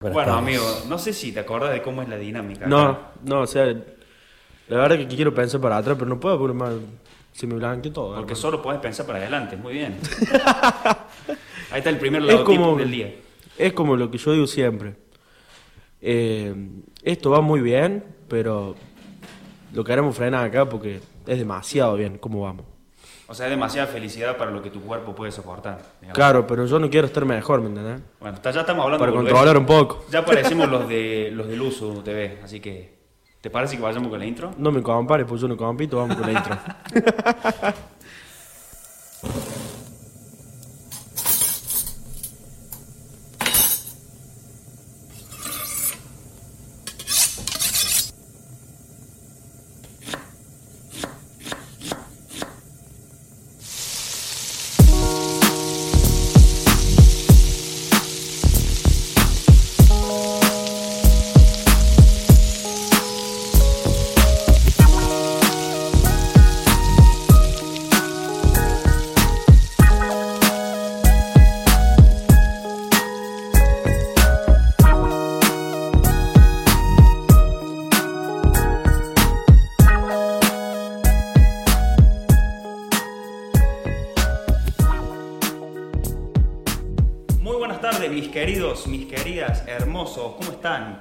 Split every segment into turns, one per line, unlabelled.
Buenas
bueno,
tardes.
amigo, no sé si te acordás de cómo es la dinámica.
No,
acá.
no, o sea, la verdad que quiero pensar para atrás, pero no puedo porque más, se me blanquea todo.
Porque
hermano.
solo podés pensar para adelante, muy bien. Ahí está el primer
es
logotipo
como,
del día.
es como lo que yo digo siempre. Eh, esto va muy bien, pero lo queremos frenar acá porque es demasiado bien como vamos.
O sea, es demasiada felicidad para lo que tu cuerpo puede soportar. digamos.
Claro, pero yo no quiero estar mejor, ¿me entendés?
Bueno, está- ya estamos hablando
Para
boludeces.
controlar un poco.
Ya parecemos los de los del uso TV, así que ¿te parece que vayamos con la intro?
No me compares, pues yo no compito, vamos con la intro.
Muy buenas tardes, mis queridos, mis queridas, hermosos, ¿cómo están?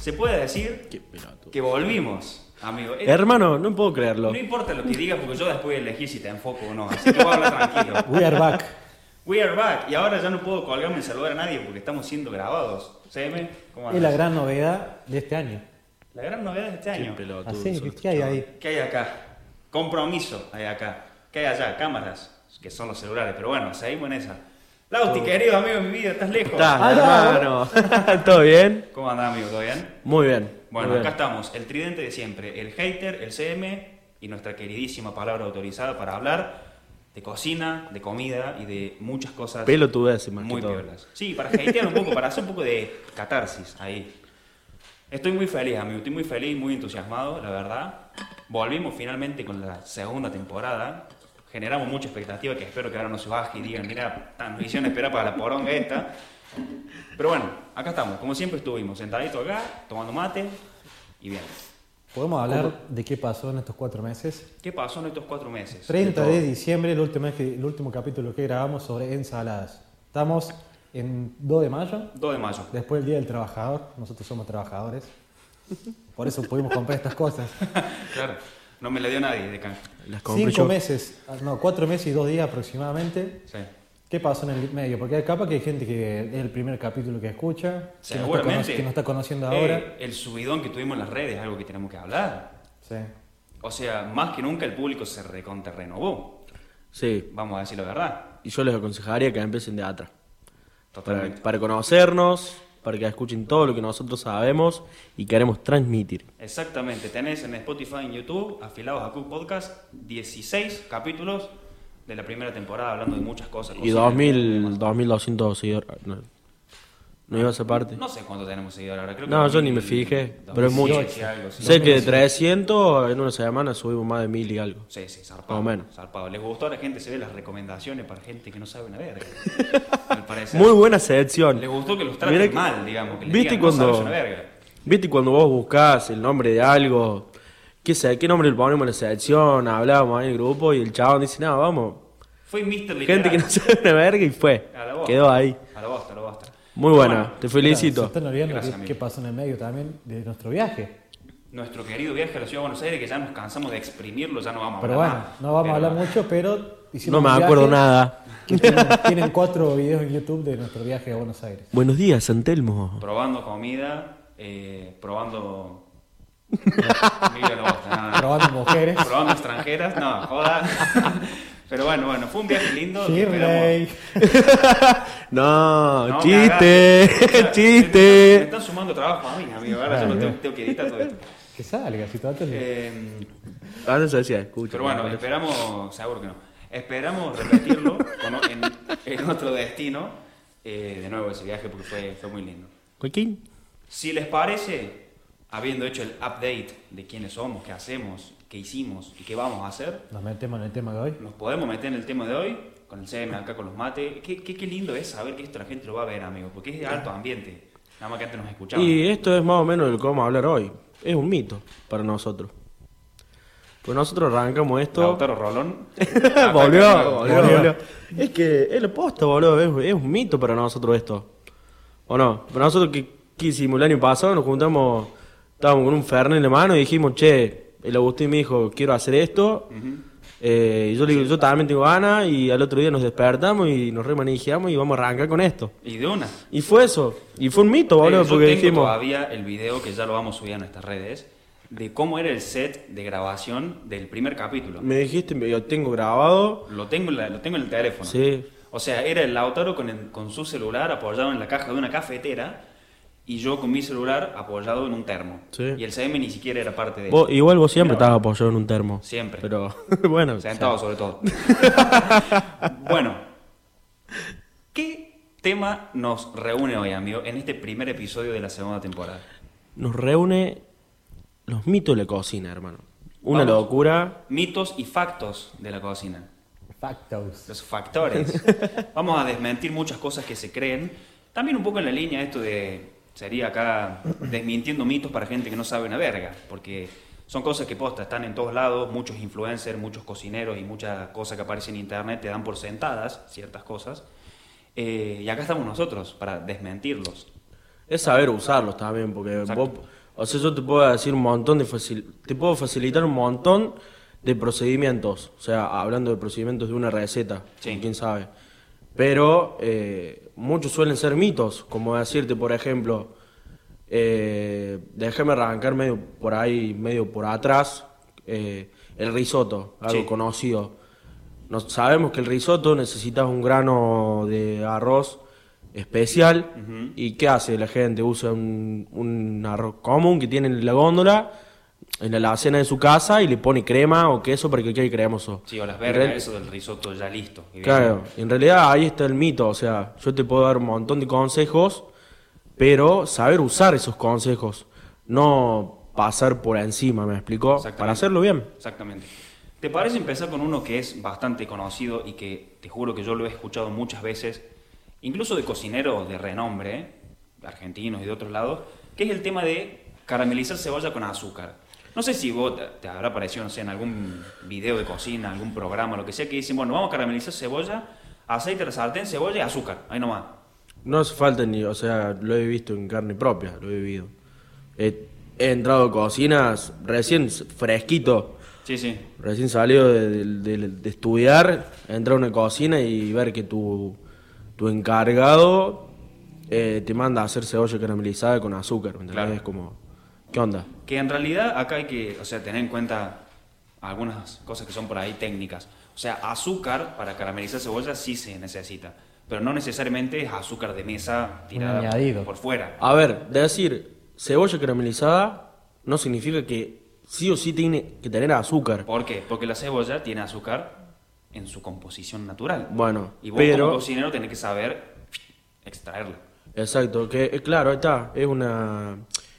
Se puede decir que volvimos, amigo. Eh,
Hermano, no puedo creerlo.
No importa lo que digas porque yo después voy a elegir si te enfoco o no, así que voy a hablar tranquilo.
We are back.
We are back y ahora ya no puedo colgarme y saludar a nadie porque estamos siendo grabados. CM, ¿cómo
Es la
andas?
gran novedad de este año.
La gran novedad de este año.
Así, ¿qué hay ahí?
¿Qué hay acá? Compromiso hay acá. ¿Qué hay allá? Cámaras, que son los celulares, pero bueno, seguimos en esa. Lauti, querido amigo de mi vida, estás lejos.
Está,
Ah, ya.
hermano. ¿Todo bien?
¿Cómo andás, amigo? ¿Todo bien?
Muy bien.
Bueno,
muy bien.
acá estamos, el tridente de siempre, el hater, el CM y nuestra queridísima palabra autorizada para hablar de cocina, de comida y de muchas cosas
Pelotudeces, más que
muy
todo.
piolas. Sí, para hatear un poco, para hacer un poco de catarsis ahí. Estoy muy feliz, amigo, estoy muy feliz, muy entusiasmado, la verdad. Volvimos finalmente con la segunda temporada. Generamos mucha expectativa que espero que ahora no se baje y digan, mira, tan visión espera para la poronga esta. Pero bueno, acá estamos, como siempre estuvimos, sentadito acá, tomando mate y bien.
¿Podemos hablar de qué pasó en estos cuatro meses?
¿Qué pasó en estos cuatro meses?
30
todo.
de diciembre, el último, mes que- el último capítulo que grabamos sobre ensaladas. Estamos en 2 de mayo,
2 de mayo.
después del Día del Trabajador. Nosotros somos trabajadores. Por eso pudimos comprar estas cosas.
Claro, no me le dio nadie de canje.
Las compré
Cinco
yo.
meses, ah, no, cuatro meses y dos días aproximadamente.
Sí.
¿Qué pasó en el medio? Porque hay capa que hay gente que es el primer capítulo que escucha, que no está,
Seguramente.
cono- que no está conociendo
Eh,
ahora.
el subidón que tuvimos en las redes es algo que tenemos que hablar.
Sí.
O sea, más que nunca el público se recontra renovó.
Sí,
Vamos a decir la verdad.
y yo les aconsejaría que empiecen de atrás. Para,
Totalmente.
para conocernos, para que escuchen todo lo que nosotros sabemos y queremos transmitir.
Exactamente. Tenés en Spotify, en YouTube, afilados a Cook Podcast, 16 capítulos de la primera temporada hablando de muchas cosas.
Y
cocinas,
2000, 2200 seguidores. No, no iba a esa parte.
No sé cuánto tenemos seguidores ahora. Creo que
No, yo ni
2000,
me fijé, pero es
2018
mucho.
y algo, sí.
Sé que de 300 en una semana subimos más de 1000 y algo.
Sí, sí, zarpado.
Más o menos.
Zarpado. Les gustó a la gente, se ve las recomendaciones para gente que no sabe una verga. Al parecer.
Muy buena selección.
Les gustó que los traten
Mirá que-
mal, digamos. Que les
¿Viste
digan, "No
cuando-
sabes una verga.
¿Viste cuando vos buscás el nombre de algo? ¿Qué sé? ¿Qué nombre le ponemos a la selección? Hablábamos ahí en el grupo y el chabón dice, no, vamos.
Fue Mr. Literal.
Gente que no sabe una verga y fue.
A la bosta.
Quedó ahí.
A la bosta, a la bosta.
Muy buena, te
Se
felicito.
están olvidando
Gracias,
qué-
amigo.
qué pasó en el medio también de nuestro viaje.
Nuestro querido viaje a la ciudad de Buenos Aires, que ya nos cansamos de exprimirlo, ya no vamos a
Pero
hablar
bueno,
más.
no vamos
Pero
a hablar
bueno.
mucho, pero
No
hicimos
me
un
acuerdo
viaje
nada.
que Tienen, tienen cuatro videos en YouTube de nuestro viaje a Buenos Aires.
Buenos días, Santelmo.
Probando comida, eh, probando. Mira la bosta, nada.
Probando mujeres.
Probando extranjeras, no, joda. Pero bueno, bueno, fue un viaje lindo. que esperamos-
Shirley.
No,
No,
chiste,
cagá. Me
chiste.
están sumando trabajo a mí, amigo. Ahora yo no tengo, tengo que editar todo esto.
Que salga, si tratas de-
Eh,
Antes decía, escucha.
Pero bueno, esperamos, seguro que no. Esperamos repetirlo con o- en, en otro destino. eh, de nuevo ese viaje porque fue, fue muy lindo.
Coquín.
Si les parece, habiendo hecho el update de quiénes somos, qué hacemos, qué hicimos y qué vamos a hacer,
Nos metemos en el tema de hoy.
nos podemos meter en el tema de hoy con el CM acá con los mates. Qué, qué- qué lindo es saber que esto la gente lo va a ver, amigo, porque es de alto ambiente. Nada más que antes nos escuchaban.
Y esto es más o menos de lo que vamos a hablar hoy. Es un mito para nosotros. Pues nosotros arrancamos esto.
Lautaro Rolón.
volvió, volvió,
volvió.
volvió. Es que es lo posta, boludo. Es, es un mito para nosotros esto. ¿O no? Para nosotros que, que hicimos el año pasado, nos juntamos, estábamos con un Fernet en la mano y dijimos, che, el Agustín me dijo, quiero hacer esto. Eh, y yo le digo, yo también tengo ganas. Y al otro día nos despertamos y nos remanejamos y vamos a arrancar con esto.
Y de una.
Y fue eso. Y fue un mito, boludo,
Eh, yo
porque
tengo
dijimos.
todavía el video que ya lo vamos a subir a nuestras redes de cómo era el set de grabación del primer capítulo.
Me dijiste, me- yo tengo grabado.
Lo tengo, en la- lo tengo en el teléfono.
Sí.
O sea, era el Lautaro con, el- con su celular apoyado en la caja de una cafetera y yo con mi celular apoyado en un termo.
Sí.
Y el CM ni siquiera era parte de eso.
Vos- igual vos siempre estabas apoyado en un termo.
Siempre.
Pero bueno. o sea,
Sentado sobre todo. bueno, ¿qué tema nos reúne hoy, amigo, en este primer episodio de la segunda temporada?
nos reúne los mitos de la cocina, hermano. Una
Vamos.
locura.
Mitos y factos de la cocina.
Factos.
Los factores. Vamos a desmentir muchas cosas que se creen. También un poco en la línea esto de... Sería acá desmintiendo mitos para gente que no sabe una verga. Porque son cosas que posta, están en todos lados. Muchos influencers, muchos cocineros y muchas cosas que aparecen en internet te dan por sentadas ciertas cosas. Eh, y acá estamos nosotros para desmentirlos.
Es saber usarlos también, porque
Exacto.
vos- o sea, yo te puedo decir un montón de facil- te puedo facilitar un montón de procedimientos, o sea, hablando de procedimientos de una receta,
Sí.
quién sabe. Pero eh, muchos suelen ser mitos, como decirte, por ejemplo, eh, déjame arrancar medio por ahí, medio por atrás, eh, el risotto, algo
Sí.
conocido. Nos, sabemos que el risotto necesitas un grano de arroz especial. ¿Y qué hace la gente? Usa un, un arroz común que tiene en la góndola, en la alacena de su casa, y le pone crema o queso para que quede cremoso.
Sí, o las
En
vergas,
real-
eso del risotto ya listo. Y bien.
Claro, en realidad ahí está el mito, o sea, yo te puedo dar un montón de consejos, pero saber usar esos consejos, no pasar por encima, ¿me explicó?
Exactamente.
Para hacerlo bien.
Exactamente. ¿Te parece empezar con uno que es bastante conocido y que te juro que yo lo he escuchado muchas veces, incluso de cocineros de renombre, argentinos y de otros lados, que es el tema de caramelizar cebolla con azúcar? No sé si vos te, te habrá parecido, no sé, en algún video de cocina, algún programa, lo que sea, que dicen, bueno, vamos a caramelizar cebolla, aceite de sartén, cebolla y azúcar, ahí nomás.
No hace falta ni, o sea, lo he visto en carne propia, lo he vivido. He, he entrado a cocinas recién s- fresquito,
Sí, sí.
recién salido de, de- de- de estudiar, entrar a una cocina y ver que tu, tu encargado eh, te manda a hacer cebolla caramelizada con azúcar, ¿me entendés?
Claro.
Es como, ¿qué onda?
Que en realidad acá hay que, o sea, tener en cuenta algunas cosas que son por ahí técnicas. O sea, azúcar para caramelizar cebolla sí se necesita, pero no necesariamente es azúcar de mesa tirada
añadido.
por fuera.
A ver, de decir cebolla caramelizada no significa que sí o sí tiene que tener azúcar.
¿Por qué? Porque la cebolla tiene azúcar en su composición natural.
Bueno,
y vos
pero-
como cocinero tenés que saber extraerla.
Exacto, que eh, claro, ahí está, es una,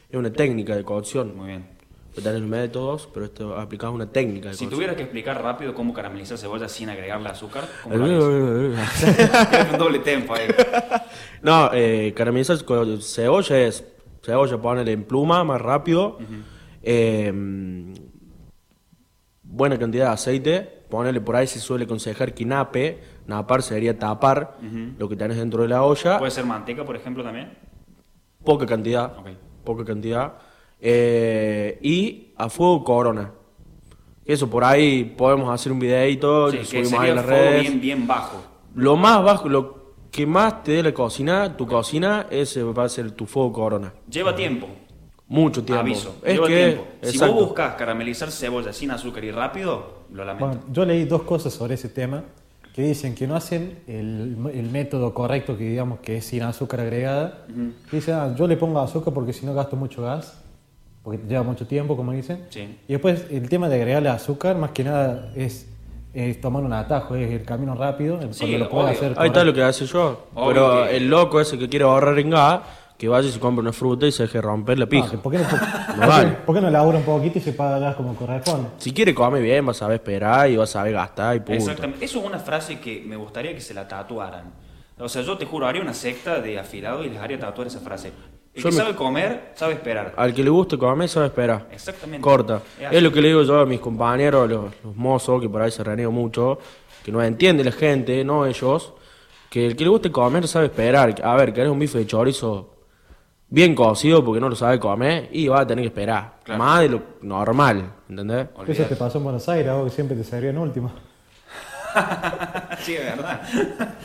es una técnica de cocción.
Muy bien.
Tenés métodos, pero esto aplicado una técnica de
Si
cocción.
tuviera que explicar rápido cómo caramelizar cebolla sin agregarle azúcar, ¿cómo lo harías?
No,
Tienes un doble tempo ahí.
eh, caramelizar con cebolla es cebolla, ponerle en pluma más rápido. eh, buena cantidad de aceite. Ponerle por ahí se suele aconsejar que nape. Napar sería tapar lo que tenés dentro de la olla.
Puede ser manteca, por ejemplo, también.
poca cantidad.
Ok.
Poca cantidad. eh, y a fuego corona. Eso por ahí podemos hacer un videito,
Sí,
lo
que
subimos ahí
sería
en las
fuego
redes.
bien, bien bajo.
Lo más bajo, lo que más te dé la cocina, tu cocina, ese va a ser tu fuego corona.
Lleva tiempo.
Mucho tiempo.
Aviso,
Es
lleva
que,
tiempo. Si
exacto.
vos buscas caramelizar cebolla sin azúcar y rápido, lo lamento.
Bueno, yo leí dos cosas sobre ese tema que dicen que no hacen el, el método correcto que digamos que es sin azúcar agregada. Dicen, ah, yo le pongo azúcar porque si no gasto mucho gas, porque lleva mucho tiempo, como dicen.
Sí.
Y después el tema de agregarle azúcar, más que nada es, es tomar un atajo, es el camino rápido, el-
Sí,
cuando lo puedes
obvio.
hacer.
Ahí está
correcto.
lo que hace yo.
Obvio
Pero
que-
el loco ese que quiere ahorrar en gas, que vaya y se compre una fruta y se deje romper la
No,
pija.
que Ah, ¿por, qué no, por-
No vale.
por qué no labura un poquito y se paga gas como corresponde?
Si quiere come bien, va a saber esperar y va a saber gastar y punto.
Exactamente. Eso es una frase que me gustaría que se la tatuaran. O sea, yo te juro, haría una secta de afilado y les haría tatuar esa frase. El
Yo
que
me-
sabe comer, sabe esperar.
Al que le guste comer, sabe esperar.
Exactamente.
Corta.
Es así.
Es lo que le digo yo a mis compañeros, los, los mozos, que por ahí se renegan mucho, que no entiende la gente, no ellos, que el que le guste comer sabe esperar. A ver, querés un bife de chorizo bien cocido porque no lo sabe comer y va a tener que esperar.
Claro.
Más de lo normal, ¿entendés?
Eso te pasó en Buenos Aires, a vos que siempre te servían último.
sí, es verdad.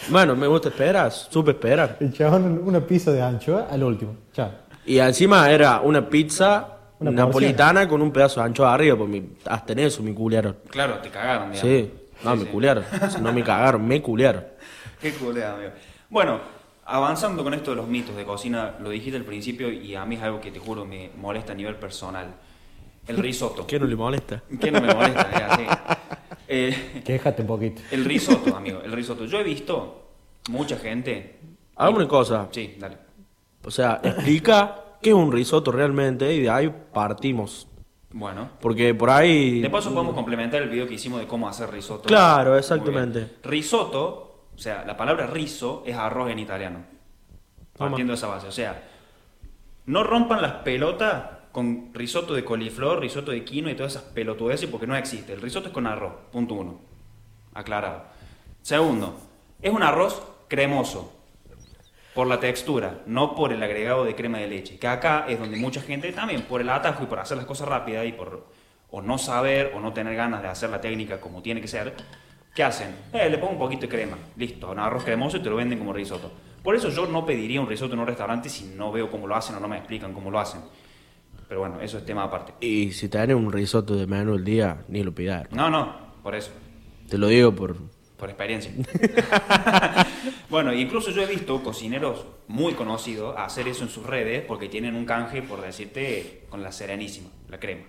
Bueno, me gusta esperar, supe esperar.
El chabón una pizza de anchoa al último. Chao.
Y encima era una pizza
Una
napolitana con un pedazo de ancho arriba, pues me, hasta en eso me culearon.
Claro, te cagaron, digamos.
Sí, no,
Sí,
me
sí.
culearon. O sea, No me cagaron, me culearon.
Qué culea, amigo. Bueno, avanzando con esto de los mitos de cocina, lo dijiste al principio y a mí es algo que te juro me molesta a nivel personal. El risotto.
¿Qué no le molesta?
¿Qué no me molesta? Es así. Eh,
Quéjate un poquito.
el risotto, amigo, el risotto. Yo he visto mucha gente...
Hagamos una cosa.
Sí, dale.
O sea, explica qué es un risotto realmente y de ahí partimos.
Bueno.
Porque por ahí.
De paso podemos complementar el video que hicimos de cómo hacer risotto.
Claro,
Muy
exactamente.
bien. Risotto, o sea, la palabra riso es arroz en italiano.
Toma.
Partiendo de esa base. O sea, no rompan las pelotas con risotto de coliflor, risotto de quino y todas esas pelotudeces porque no existe. El risotto es con arroz, punto uno. Aclarado. Segundo, es un arroz cremoso. Por la textura, no por el agregado de crema de leche. Que acá es donde mucha gente también, por el atajo y por hacer las cosas rápidas y por o no saber o no tener ganas de hacer la técnica como tiene que ser, ¿qué hacen? Eh, le pongo un poquito de crema. Listo, un arroz cremoso y te lo venden como risotto. Por eso yo no pediría un risotto en un restaurante si no veo cómo lo hacen o no me explican cómo lo hacen. Pero bueno, eso es tema aparte.
Y si tenés un risotto de menú el día, ni lo pidas.
No, no, por eso.
Te lo digo por.
Por experiencia. bueno, incluso yo he visto cocineros muy conocidos hacer eso en sus redes porque tienen un canje, por decirte, con la serenísima, la crema.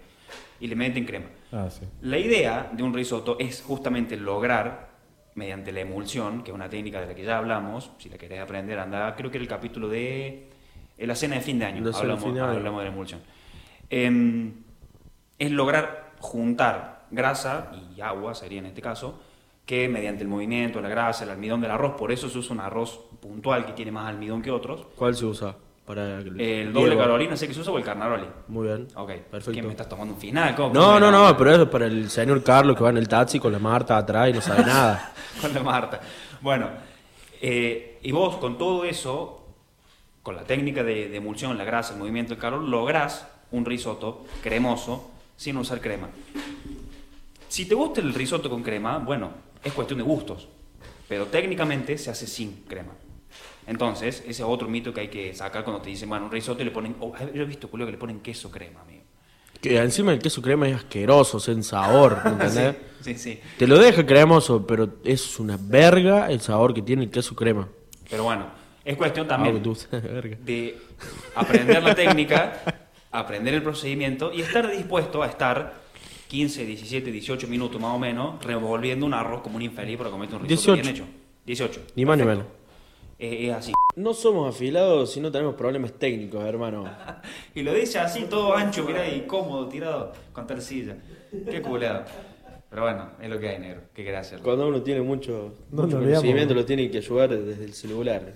Y le meten crema.
Ah, sí.
La idea de un risotto es justamente lograr, mediante la emulsión, que es una técnica de la que ya hablamos, si la querés aprender, anda, creo que era el capítulo de eh, la cena de fin de año,
La cena de
hablamos,
fin de año.
hablamos de la emulsión. Em, es lograr juntar grasa y agua, sería en este caso, que mediante el movimiento, la grasa, el almidón del arroz, por eso se usa un arroz puntual que tiene más almidón que otros,
¿Cuál se usa? Para que le-
el doble
Diego.
carolina, sé que se usa o el carnaroli.
Muy bien.
Ok, ¿Qué
Perfecto.
me estás tomando un final? ¿Cómo-
No,
cómo
no,
era?
no, pero eso es para el señor Carlos que va en el taxi con la Marta atrás y no sabe nada.
con la Marta. Bueno, eh, y vos con todo eso, con la técnica de, de emulsión, la grasa, el movimiento, el calor, lográs un risotto cremoso sin usar crema. Si te gusta el risotto con crema, bueno, es cuestión de gustos, pero técnicamente se hace sin crema. Entonces, ese es otro mito que hay que sacar cuando te dicen, bueno, un risotto y le ponen, oh, yo he visto, culo, que le ponen queso crema, amigo.
Que encima el queso crema es asqueroso, sin sabor, ¿entendés?
Sí, sí.
Te lo deja cremoso, pero es una verga el sabor que tiene el queso crema.
Pero bueno, es cuestión también
Ah, tú, verga.
de aprender la técnica, aprender el procedimiento y estar dispuesto a estar 15, 17, 18 minutos más o menos revolviendo un arroz como un infeliz para comerte un risotto
18.
bien hecho. 18.
Ni más ni menos.
Eh, es así.
No somos afilados si no tenemos problemas técnicos, hermano.
Y lo dice así, todo ancho, mirá, y cómodo, tirado con tal silla. Qué culeado. Pero bueno, es lo que hay, negro. ¿Qué querés hacer?
Cuando uno tiene mucho,
No
mucho
nos veamos.
conocimiento, lo tiene que ayudar desde el celular.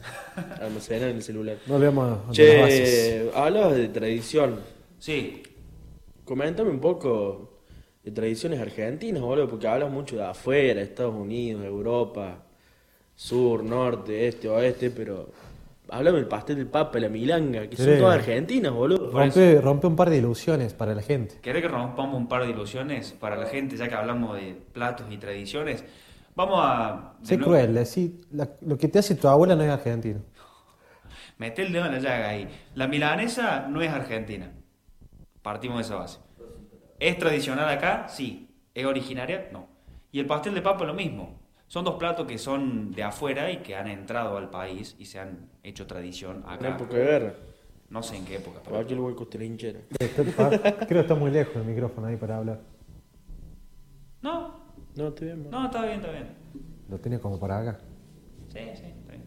Almacenar en el celular.
No le damos a las bases.
Che, hablabas de tradición.
Sí,
Coméntame un poco de tradiciones argentinas, boludo, porque hablas mucho de afuera, Estados Unidos, Europa, sur, norte, este, oeste, pero háblame del pastel del papa, la milanga, que son
Sí.
todas argentinas, boludo.
Rompe, rompe un par de ilusiones para la gente.
¿Querés que rompamos un par de ilusiones para la gente, ya que hablamos de platos y tradiciones? Vamos a... de
Sé
nuevo-
cruel, así, la- lo que te hace tu abuela no es argentino.
Mete el dedo en la llaga ahí. La milanesa no es argentina. Partimos de esa base. ¿Es tradicional acá? Sí. ¿Es originaria? No. Y el pastel de papa lo mismo. Son dos platos que son de afuera y que han entrado al país y se han hecho tradición
Una
acá.
época de guerra.
No sé en qué época. pero-
Para que el hueco esté la hinchera.
Está- está- Creo que está muy lejos el micrófono ahí para hablar.
No,
No, te vemos.
no, está bien, está bien.
Lo tiene como para acá.
Sí, sí, está bien.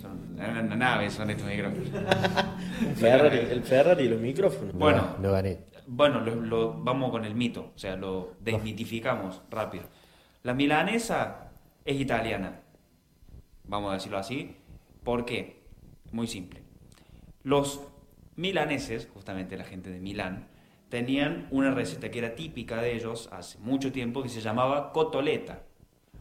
Son la, la nave, son estos micrófonos.
El Ferrari, el Ferrari y los micrófonos.
Lo
Bueno.
ga- Lo gané.
Bueno, lo, lo- vamos con el mito, o sea, lo desmitificamos rápido. La milanesa es italiana, vamos a decirlo así. ¿Por qué? Muy simple. Los milaneses, justamente la gente de Milán, tenían una receta que era típica de ellos hace mucho tiempo que se llamaba cotoleta.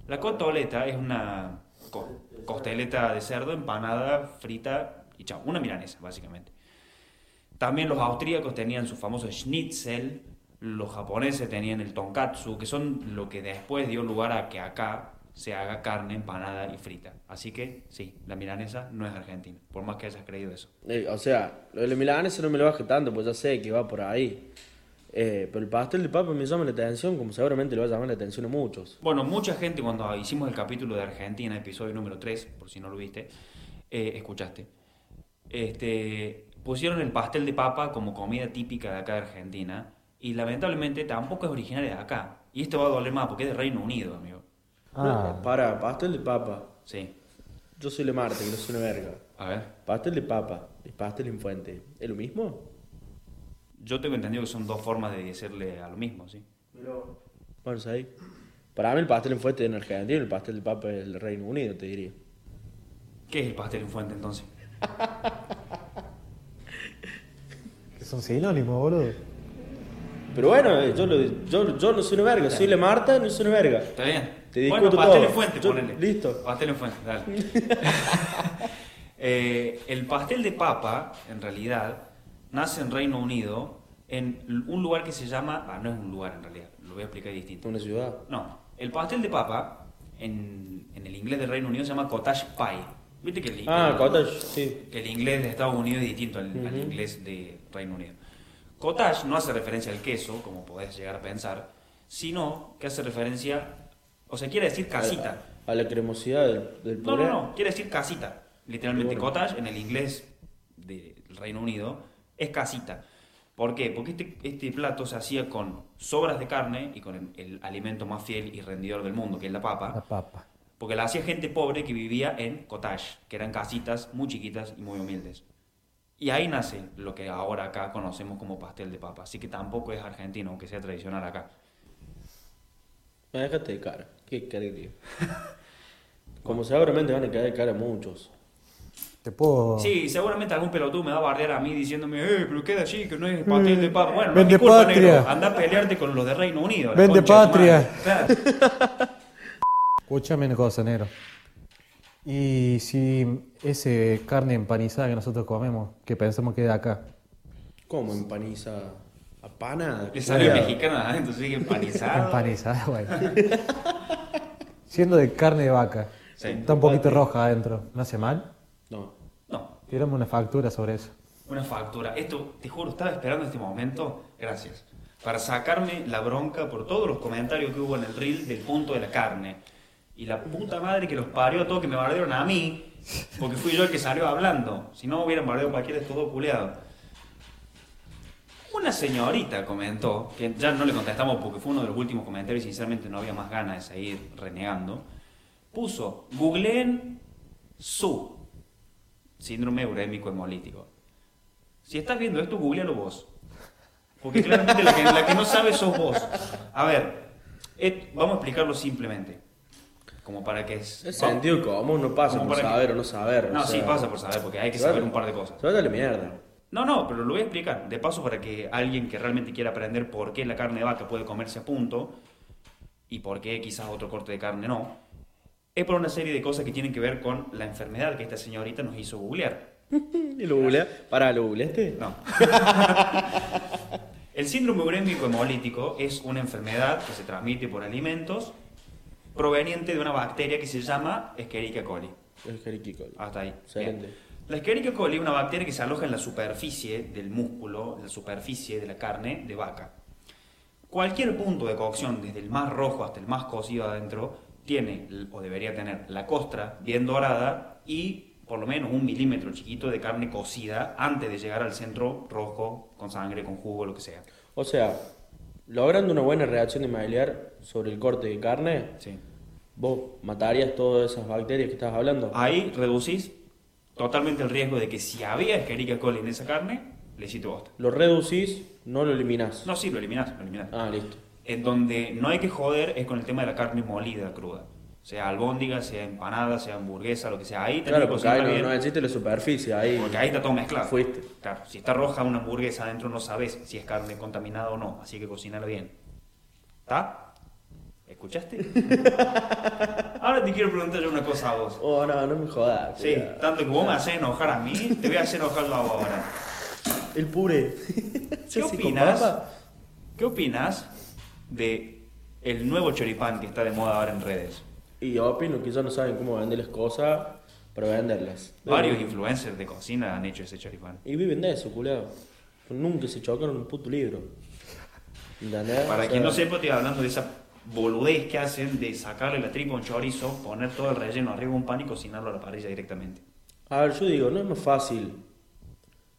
La cotoleta es una co- costeleta de cerdo empanada, frita y chao, una milanesa básicamente. También los austríacos tenían su famoso schnitzel, los japoneses tenían el tonkatsu, que son lo que después dio lugar a que acá se haga carne empanada y frita. Así que sí, la milanesa no es argentina, por más que hayas creído eso.
Eh, o sea, lo de la milanesa no me lo baje tanto, pues ya sé que va por ahí. Eh, pero el pastel de papa me llama la atención, como seguramente le va a llamar la atención a muchos.
Bueno, mucha gente cuando hicimos el capítulo de Argentina, episodio número 3, por si no lo viste, eh, escuchaste, este, pusieron el pastel de papa como comida típica de acá de Argentina y lamentablemente tampoco es originaria de acá. Y esto va a doler más porque es de Reino Unido, amigo.
Ah,
No, para, pastel de papa.
Sí,
Yo soy Le Marte, que no soy una verga.
a ver.
Pastel de papa y pastel en fuente. ¿Es lo mismo?
Yo tengo entendido que son dos formas de decirle a lo mismo, ¿sí?
Bueno, es ahí. Para mí el pastel en fuente es en Argentina y el pastel de papa es el Reino Unido, te diría.
¿Qué es el pastel en fuente entonces?
que son sinónimos, boludo.
Pero bueno, eh, yo, lo- yo, yo no soy una verga, soy Le Marta, no soy una verga.
¿Está bien?
Te
bueno,
discuto
pastel
todo.
en fuente,
Yo-
ponele.
listo.
Pastel en fuente, dale. Eh, el pastel de papa, en realidad, nace en Reino Unido, en l- un lugar que se llama... Ah, no es un lugar en realidad, lo voy a explicar distinto.
Una ciudad.
No, el pastel de papa, en, en el inglés del Reino Unido, se llama cottage pie. ¿Viste que el
Ah,
el-
cottage, sí.
que el inglés de Estados Unidos es distinto al, al inglés de Reino Unido. Cottage no hace referencia al queso, como podés llegar a pensar, sino que hace referencia, o sea, quiere decir casita.
A, a la cremosidad del, del
No,
puré.
no, no, quiere decir casita. Literalmente
Bueno.
cottage en el inglés del Reino Unido es casita. ¿Por qué? Porque este, este plato se hacía con sobras de carne y con el, el alimento más fiel y rendidor del mundo, que es la
La
papa,
papa.
porque la hacía gente pobre que vivía en cottage, que eran casitas muy chiquitas y muy humildes. Y ahí nace lo que ahora acá conocemos como pastel de papa. Así que tampoco es argentino, aunque sea tradicional acá.
Me dejaste de cara. ¿Qué querés que diga? Como seguramente van a quedar de cara muchos.
Te puedo.
Sí, seguramente algún pelotudo me va a bardear a mí diciéndome, eh, pero queda así, que no es pastel de papa. Bueno, no es
Mm.
mi
Vende
culpa,
patria.
negro. Anda a pelearte con los de Reino Unido. la
Vende
concha de tu
patria.
madre. Claro.
Escúchame una cosa, negro. Y si ese carne empanizada que nosotros comemos, que pensamos que es de acá,
¿Cómo? ¿Empaniza a pana?
Le salió mexicano adentro, sigue empanizado.
empanizada, güey. ah, Siendo de carne de vaca,
Sí.
está un poquito roja adentro, ¿no hace mal?
No.
No,
Tirame una factura sobre eso.
una factura. Esto, te juro, estaba esperando este momento. Gracias. Para sacarme la bronca por todos los comentarios que hubo en el reel del punto de la carne. Y la puta madre que los parió a todos, que me bardearon a mí, porque fui yo el que salió hablando. Si no, hubieran bardeado a cualquiera de estos dos culeados. Una señorita comentó, que ya no le contestamos porque fue uno de los últimos comentarios y sinceramente no había más ganas de seguir renegando, puso, googleen su síndrome urémico hemolítico. Si estás viendo esto, googlealo vos. Porque claramente la que, la que no sabe sos vos. A ver, et- vamos a explicarlo simplemente. Como para que... Es,
Es sentido común, no pasa
Como
por
para que-
saber o no saber. o
No, sí,
sea,
pasa por saber, porque hay que
se va-
saber un par de cosas.
Se va a la mierda.
No, no, pero lo voy a explicar. De paso, para que alguien que realmente quiera aprender por qué la carne de vaca puede comerse a punto y por qué quizás otro corte de carne no, es por una serie de cosas que tienen que ver con la enfermedad que esta señorita nos hizo googlear.
¿Y lo googleé? Pará, ¿lo googleaste?
No. El síndrome urémico hemolítico es una enfermedad que se transmite por alimentos proveniente de una bacteria que se llama Escherichia coli.
Es Jeriquico.
Hasta ahí.
Excelente.
Bien. La Escherichia coli es una bacteria que se aloja en la superficie del músculo, en la superficie de la carne de vaca. Cualquier punto de cocción, desde el más rojo hasta el más cocido adentro, tiene l- o debería tener la costra bien dorada y por lo menos un milímetro chiquito de carne cocida antes de llegar al centro rojo con sangre, con jugo, lo que sea.
O sea, logrando una buena reacción inmobiliar sobre el corte de carne,
Sí.
vos matarías todas esas bacterias que estás hablando.
Ahí reducís totalmente el riesgo de que si había Escherichia coli en esa carne, le hiciste bosta.
Lo reducís, no lo eliminás.
No, sí, lo eliminás, lo eliminás.
Ah, listo.
En donde no hay que joder es con el tema de la carne molida cruda. sea albóndiga, sea empanada, sea hamburguesa, lo que sea. Ahí tenés
Claro,
que
porque
cocinarla
ahí
bien,
no, no existe la superficie, ahí...
porque ahí está todo mezclado.
Fuiste.
Claro, si está roja una hamburguesa adentro no sabes si es carne contaminada o no, así que cocinala bien. ¿Está? ¿Escuchaste? Ahora te quiero preguntar yo una cosa a vos.
Oh, no, no me jodas.
Sí,
cuidado.
tanto que vos me haces enojar a mí, te voy a hacer enojar yo a vos ahora.
El puré.
¿Qué
Sí, con
opinas?
papa.
¿Qué opinas de el nuevo choripán que está de moda ahora en redes?
Y yo opino que ellos no saben cómo venderles cosas para venderlas.
Varios influencers de cocina han hecho ese choripán.
Y viven de eso, culiao. Nunca se chocaron un puto libro. ¿Entendés? O
Para
sea,
quien no sepa, estoy hablando de esa boludez que hacen de sacarle la tripa a un chorizo, poner todo el relleno arriba de un pan y cocinarlo a la parrilla directamente.
A ver, yo digo, no es más fácil.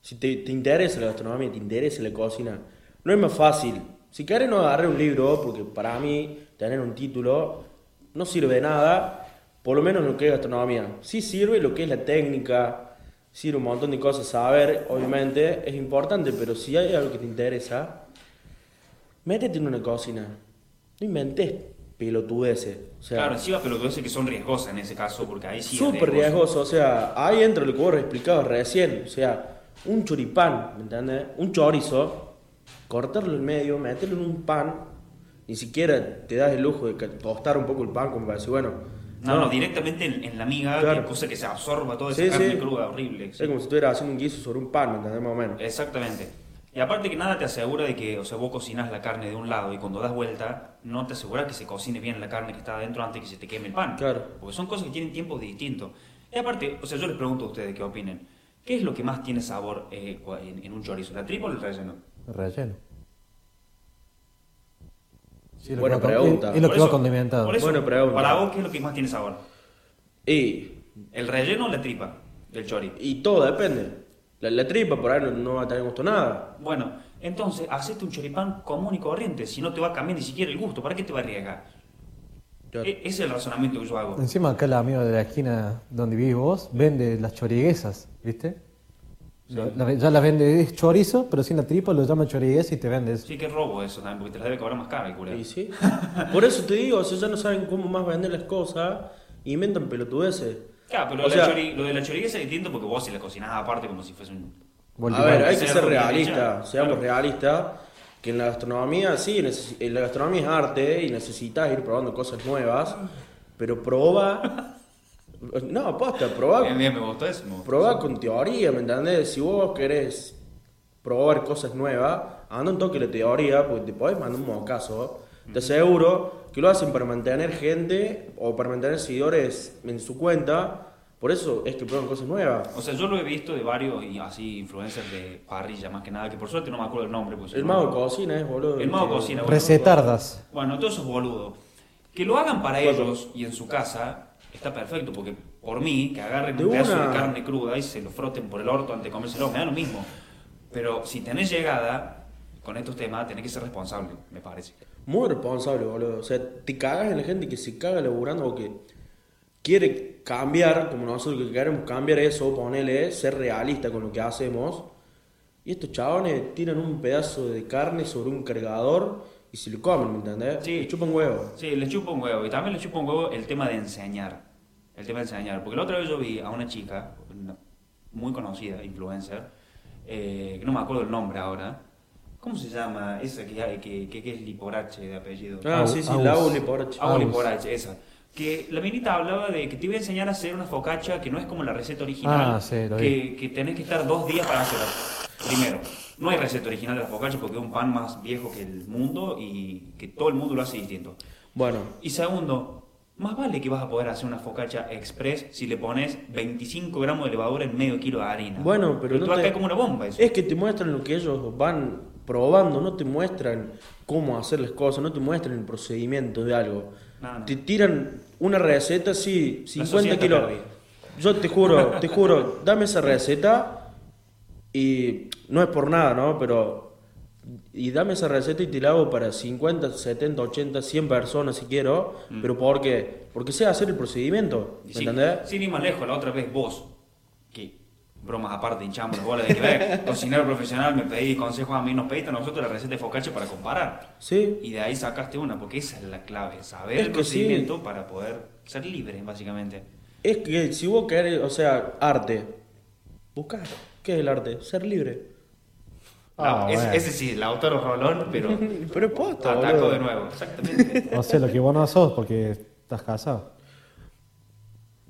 Si te, te interesa la gastronomía, te interesa la cocina, no es más fácil. Si querés no agarré un libro, porque para mí tener un título no sirve de nada, por lo menos en lo que es gastronomía. Sí sirve lo que es la técnica, sirve un montón de cosas saber, obviamente, es importante, pero si hay algo que te interesa, métete en una cocina. No inventes pelotudeces. O sea,
claro, encima, pero que sé que son riesgosas en ese caso, porque ahí sí. es
Súper riesgoso, o sea, ahí entra lo que vos explicado recién, o sea, un choripán, ¿me entendés? Un chorizo, cortarlo en medio, meterlo en un pan, ni siquiera te das el lujo de que- tostar un poco el pan como para decir, bueno,
No, no, directamente en, en la miga,
Claro.
que cosa que se absorba toda esa
Sí,
carne
sí.
cruda, horrible.
es como si estuvieras haciendo un guiso sobre un pan, ¿me entendés? Más o menos.
Eh. Exactamente. Y aparte que nada te asegura de que, o sea, vos cocinas la carne de un lado y cuando das vuelta, no te asegura que se cocine bien la carne que está adentro antes que se te queme el pan.
Claro.
Porque son cosas que tienen tiempos distintos. Y aparte, o sea, yo les pregunto a ustedes qué opinen. ¿Qué es lo que más tiene sabor eh, cua- en, en un chorizo? ¿La tripa o el relleno?
Relleno. Sí, lo
Buena
que va con-
pregunta.
Es, es lo
Por
que va
eso-
condimentado.
por eso,
Buena pregunta.
Para vos, ¿qué es lo que más tiene sabor?
Y,
¿El relleno o la tripa del chori?
y todo depende. La, la tripa por ahí no, no va a tener gusto a nada.
Bueno, entonces, hacete un choripán común y corriente. Si no te va a cambiar ni siquiera el gusto, ¿para qué te va a arriesgar?
Claro.
E- ese es el razonamiento que yo hago.
Encima acá la amiga de la esquina donde vivís vos vende las choriguesas, ¿viste? La- la- ya las vende, es chorizo, pero sin la tripa lo llama choriguesa y te vende eso.
Sí, que robo eso también, porque te las debe cobrar más cara el culero.
Y sí. Por eso te digo, o sea, ya no saben cómo más vender las cosas, inventan pelotudeces.
Claro, pero
O
lo,
sea-
de la chori, lo de la chorizo es distinto porque vos si la cocinás aparte como si fuese un...
Volví
A ver,
mal.
hay que
Ser
ser
realista.
realistas, seamos
Claro.
realistas, que en la gastronomía, sí, neces- en la gastronomía es arte y necesitas ir probando cosas nuevas, pero proba, no, posta,
Bien,
proba,
bien, me gustó eso. me gustó.
proba con teoría, ¿me entendés? Si vos querés probar cosas nuevas, anda un toque la teoría, porque te podés mandar un mocazo, te aseguro que lo hacen para mantener gente o para mantener seguidores en su cuenta, por eso es que prueban cosas nuevas.
O sea, yo lo he visto de varios y así influencers de parrilla, más que nada, que por suerte no me acuerdo el nombre. Pues,
El mago cocina es, boludo.
El mago
que-
cocina. bueno.
Recetardas.
Bueno, todos esos boludos. Que lo hagan para
Bueno.
ellos y en su casa está perfecto, porque por mí, que agarren
De
un pedazo
una.
de carne cruda y se lo froten por el orto antes de comérselo, me da lo mismo. Pero si tenés llegada con estos temas, tenés que ser responsable, me parece.
Muy responsable, boludo. O sea, te cagas en la gente que se caga laburando o que quiere cambiar, como nosotros que queremos cambiar eso, ponerle, ser realista con lo que hacemos. Y estos chabones tiran un pedazo de carne sobre un cargador y se lo comen, ¿me entendés?
Sí.
Y chupan huevo.
Sí, le chupa un huevo. Y también le chupa un huevo el tema de enseñar. El tema de enseñar. Porque la otra vez yo vi a una chica, una muy conocida, influencer, eh, que no me acuerdo el nombre ahora. ¿Cómo se llama? Esa que, hay- que, que, que es Liporache de apellido.
Ah,
Au-
sí, sí,
aus.
la uli por
Ah.
Agua Liporache, esa. Que la minita hablaba de que te iba a enseñar a hacer una focacha que no es como la receta original.
Ah, sí, lo vi.
que, que tenés que estar dos días para hacerla. Primero, no hay receta original de la focacha porque es un pan más viejo que el mundo y que todo el mundo lo hace distinto.
Bueno,
Y segundo, más vale que vas a poder hacer una focacha express si le pones 25 gramos de levadura en medio kilo de harina.
bueno, pero
Te
no
va a
te-
caer como una bomba eso.
Es que te muestran lo que ellos van probando, no te muestran cómo hacer las cosas, no te muestran el procedimiento de algo.
No, no.
Te tiran una receta así,
sociedad
50
está
kilos.
perdida.
Yo te juro, te juro, dame esa receta y no es por nada, ¿no? Pero y dame esa receta y te la hago para 50, 70, 80, 100 personas si quiero, pero porque porque sé hacer el procedimiento,
Mm. Y
¿me
sí,
entendés?
Sin ir más lejos, la otra vez vos, que Bromas aparte, hinchamos las bolas de que, "Eh, cocinero profesional, me pedí consejos a mí, nos pediste a nosotros la receta de focaccia para comparar.
Sí.
Y de ahí sacaste una, porque esa es la clave, saber
Es
el
que sí.
procedimiento para poder ser libre, básicamente.
Es que si vos querés, o sea, arte, buscar. ¿Qué es el arte? Ser libre.
Ah,
La- es-
bueno.
Ese sí, el autor es Rolón, pero
Pero es posta,
ataco
boludo.
de nuevo, exactamente.
No sé, lo que vos no sos porque estás casado.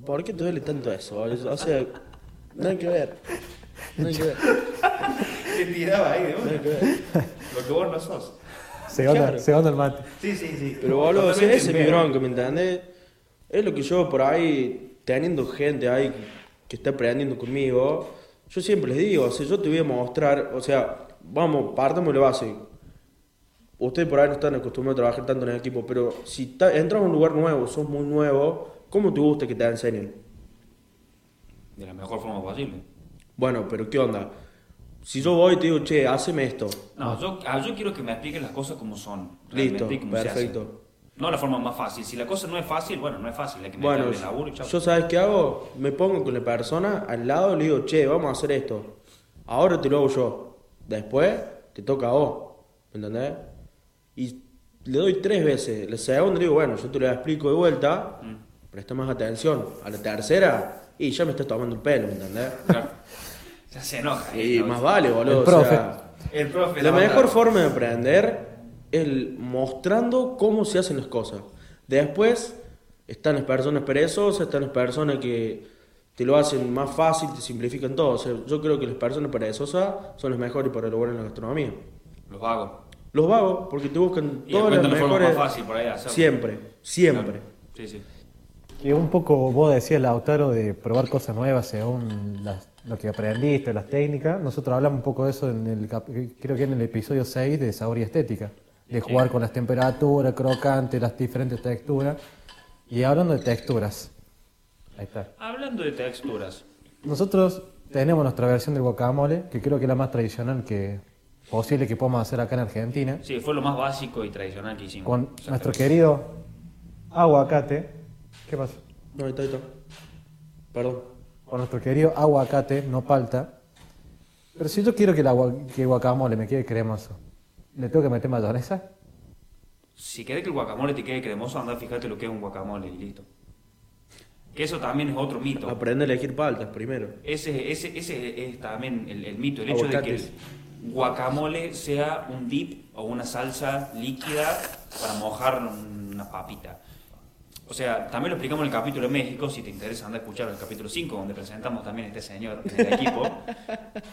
¿Por qué te duele tanto eso? boludo? O sea, nada que ver. Nada que ver.
Te tiraba ahí de una. Lo que vos no sos.
Se onda,
Claro.
se onda el mate.
Sí, sí, sí.
Pero boludo, o sea,
Totalmente
ese es mi
enfermo.
bronco, ¿me entendés? Es lo que yo por ahí, teniendo gente ahí que está aprendiendo conmigo, yo siempre les digo, si yo te voy a mostrar, o sea, vamos, partamos de la base. Ustedes por ahí no están acostumbrados a trabajar tanto en el equipo, pero si ta- entras a un lugar nuevo, sos muy nuevo, ¿cómo te gusta que te enseñen?
De la mejor forma posible.
Bueno, pero ¿qué onda? Si yo voy y te digo, che, haceme esto,
No, yo, ah, yo quiero que me expliquen las cosas como son.
Listo,
realmente, y cómo se
perfecto.
hacen. No la forma más fácil. Si la cosa no es fácil, bueno, no es fácil. Hay que
Bueno,
meterle laburo y chao.
yo sabes qué hago, me pongo con la persona al lado y le digo, che, vamos a hacer esto. Ahora te lo hago yo. Después te toca a vos. ¿Me entendés? Y le doy tres veces. La segunda le digo, bueno, yo te lo explico de vuelta,
Mm.
presta más atención. A la tercera, y ya me estás tomando el pelo, ¿me entendés?
Claro. Ya se enoja. ahí,
Y
¿no?
más vale, boludo.
El
o
profe.
sea,
El profe.
la
onda.
mejor forma de aprender es el- mostrando cómo se hacen las cosas. Después están las personas perezosas, están las personas que te lo hacen más fácil, te simplifican todo. O sea, yo creo que las personas perezosas son las mejores para lograr en la gastronomía.
Los hago.
Los vagos, porque te buscan
Y
todas las
encuentran la forma
mejores.
más fácil por ahí de hacerlo.
siempre, siempre.
Sí, sí.
Que un poco vos decías, Lautaro, de probar cosas nuevas según las- lo que aprendiste, las técnicas. Nosotros hablamos un poco de eso en el cap- creo que en el episodio 6 de sabor y estética, de jugar con las temperaturas, crocantes, las diferentes texturas. Y hablando de texturas, ahí está.
Hablando de texturas.
Nosotros tenemos nuestra versión del guacamole, que creo que es la más tradicional que posible que podamos hacer acá en Argentina,
Sí, fue lo más básico y tradicional que hicimos.
con
O sea,
nuestro querido aguacate. ¿Qué pasa?
No, ahí está, ahí está. Perdón.
con nuestro querido aguacate, no palta. Pero si yo quiero que el, agua- que el guacamole me quede cremoso, ¿le tengo que meter mayonesa?
Si querés que el guacamole te quede cremoso, anda, fíjate lo que es un guacamole y listo. Que eso también es otro mito.
Aprende a elegir paltas primero.
Ese, ese, ese es también el, el mito, el hecho de
Aguacates.
que el guacamole sea un dip o una salsa líquida para mojar una papita. O sea, también lo explicamos en el capítulo de México, si te interesa anda a escuchar el capítulo 5, donde presentamos también a este señor del equipo.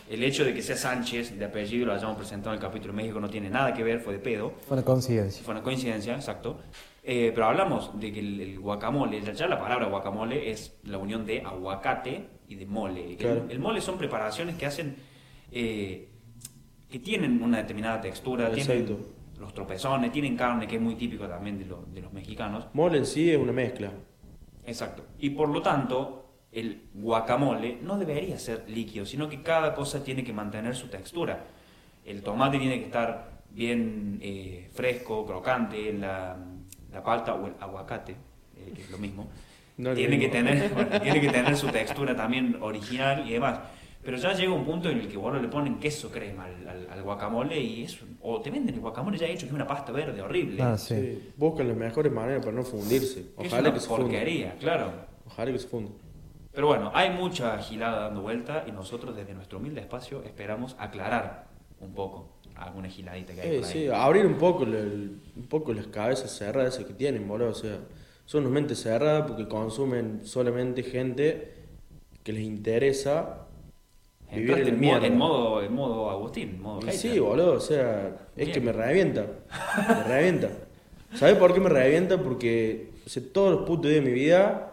El hecho de que sea Sánchez, de apellido, lo hayamos presentado en el capítulo de México, no tiene nada que ver, fue de pedo.
Fue una coincidencia.
Si fue una coincidencia, exacto. Eh, pero hablamos de que el, el guacamole, ya- ya la palabra guacamole es la unión de aguacate y de mole. Que el-
Claro.
El, mole son preparaciones que hacen, eh, que tienen una determinada textura, tienen
Exacto.
los tropezones, tienen carne, que es muy típico también de, lo- de los mexicanos.
Mole en sí es una mezcla.
Exacto. Y por lo tanto, el guacamole no debería ser líquido, sino que cada cosa tiene que mantener su textura. El tomate tiene que estar bien eh, fresco, crocante, la, la palta o el aguacate, eh, que es lo mismo.
No es lo
tiene, que
mismo.
tener, bueno, tiene que tener su textura también original y demás. Pero ya llega un punto en el que bueno, le ponen queso crema al, al- al guacamole y eso. O te venden el guacamole ya hecho, que es una pasta verde horrible.
Ah, sí.
Sí. Buscan las mejores maneras para no fundirse.
Que
Ojalá que
es
se
una
funda.
porquería, claro.
Ojalá que se funda.
Pero bueno, hay mucha gilada dando vuelta y nosotros desde nuestro humilde espacio esperamos aclarar un poco alguna giladita que hay
Eh,
por ahí.
sí, abrir un poco, el- el- un poco las cabezas cerradas esas que tienen, boludo. O sea, son unas mentes cerradas porque consumen solamente gente que les interesa vivir
Entraste
en el
en, mo-
mierda.
en modo, en modo Agustín, en modo
Y
hater.
sí, boludo, o sea, es
Bien.
que me revienta. Me revienta. ¿Sabes por qué me revienta? Porque o sea, todos los putos días de mi vida,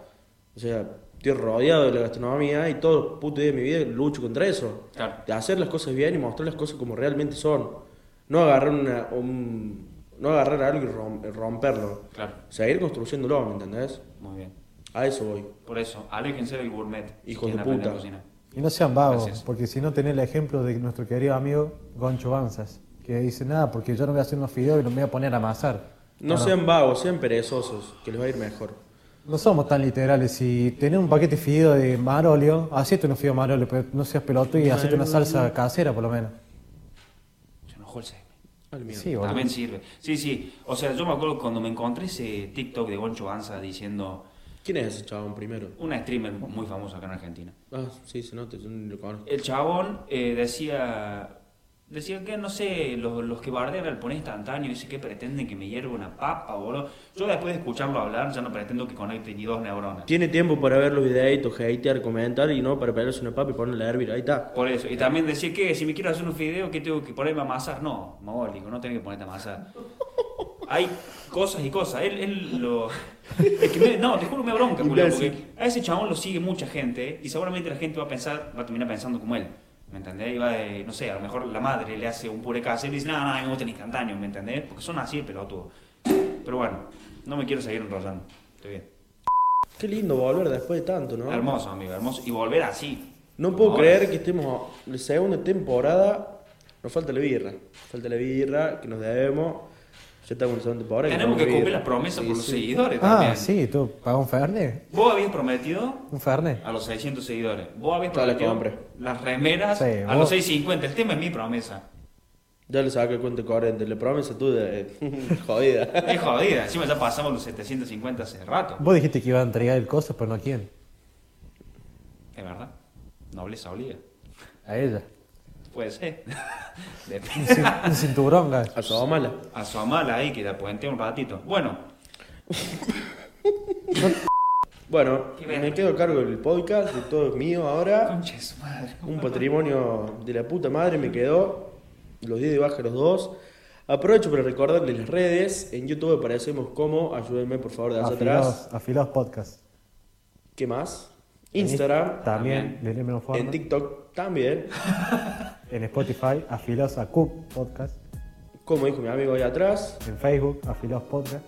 o sea, estoy rodeado de la gastronomía y todos los putos días de mi vida lucho contra eso.
Claro.
De hacer las cosas bien y mostrar las cosas como realmente son. No agarrar, una, un- no agarrar algo y rom- romperlo.
Claro,
Seguir construyéndolo, ¿me entendés?
muy bien.
A eso voy.
Por eso, aléjense del gourmet. si
Hijos de
quieren aprender
puta.
a cocinar.
Y no sean vagos,
Gracias.
porque si no tenés el ejemplo de nuestro querido amigo Goncho Banzas, que dice nada, porque yo no voy a hacer unos fideos y los voy a poner a amasar.
No sean vagos, sean perezosos, que les va a ir mejor.
No somos tan literales. Si tenés un paquete de fideo de marolio, hacete unos fideos marolio, pero no seas pelotudo y hacete una salsa casera por lo menos.
Se enojó el Semi.
Sí, boludo.
También sirve. Sí, sí. O sea, yo me acuerdo cuando me encontré ese TikTok de Boncho Banza diciendo
¿Quién es ese chabón primero?
una streamer muy famosa acá en Argentina.
Ah, sí, se nota, yo no lo conozco.
El chabón eh, decía decía que no sé, los, los que bardean al poné instantáneo, dice que pretenden que me hierva una papa, boludo. Yo después de escucharlo hablar ya no pretendo que conecte ni dos neuronas.
Tiene tiempo para ver los videitos, hatear, comentar y no para pegarse una papa y ponerle a hervir. Ahí está.
Por eso, y también decía que si me quiero hacer un fideo, que tengo que ponerme a amasar? No, mogólico, no tengo que ponerte a amasar. Hay cosas y cosas. Él, él lo. Es que me- no, te juro, me da bronca, boludo,
Imbécil.
porque a ese chabón lo sigue mucha gente y seguramente la gente va a pensar, va a terminar pensando como él. ¿Me entendés? Y va de, no sé, a lo mejor la madre le hace un puré casero y dice, no, no, a mí me gusta el instantáneo, ¿me entendés? Porque son así el pelotudo. Pero bueno, no me quiero seguir enrollando. Estoy bien.
Qué lindo volver después de tanto, ¿no?
Hermoso, amigo, hermoso. Y volver así.
No puedo
Ahora.
creer que estemos en la segunda temporada. Nos falta la birra. Falta la birra que nos debemos. Ya estamos en la segunda temporada.
Tenemos que
nos
cumplir
debemos
las promesas
Sí,
por los
sí.
seguidores también.
Ah, sí, tú pagás un fernet.
Vos habías prometido
Un fernet.
a los 600 seguidores. Vos habías
Todas las que
prometido las remeras
Sí,
a
vos-
los 650. El tema es mi promesa.
Ya le saqué el cuento corriente. Le prometo tú de. jodida.
Es jodida. Encima ya pasamos los 750 hace rato.
Vos dijiste que iba a entregar el coso, pero no a quién.
Es verdad. Nobleza obliga.
A ella.
Puede ser.
Un,
Depende.
cin- un cinturón, gas.
Asómala.
Asomala ahí que la puentea un ratito. Bueno,
Bueno,
Qué
me
verga.
quedo a cargo del podcast. De todo es mío ahora.
concha de su madre.
Un patrimonio de la puta madre me quedó. Los di de baja los dos. Aprovecho para recordarles las redes. En YouTube aparecemos como, ayúdenme por favor de hacia atrás.
Afilados, afilados podcast.
¿Qué más? Instagram.
También, del mismo forma.
En TikTok también.
En Spotify, afilados a Coop Podcast.
Como dijo mi amigo ahí atrás.
En Facebook, afilados podcast.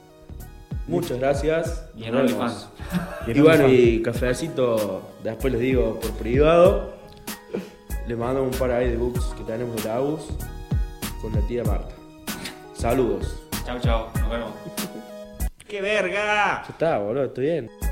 Muchas gracias.
Y
Nos
en
vemos.
OnlyFans.
Y bueno, y cafecito, después les digo por privado. Les mando un par ahí de books que tenemos de Agus con la tía Marta. Saludos.
Chao, chao. Nos vemos. ¡Qué verga!
Ya está, boludo, estoy bien.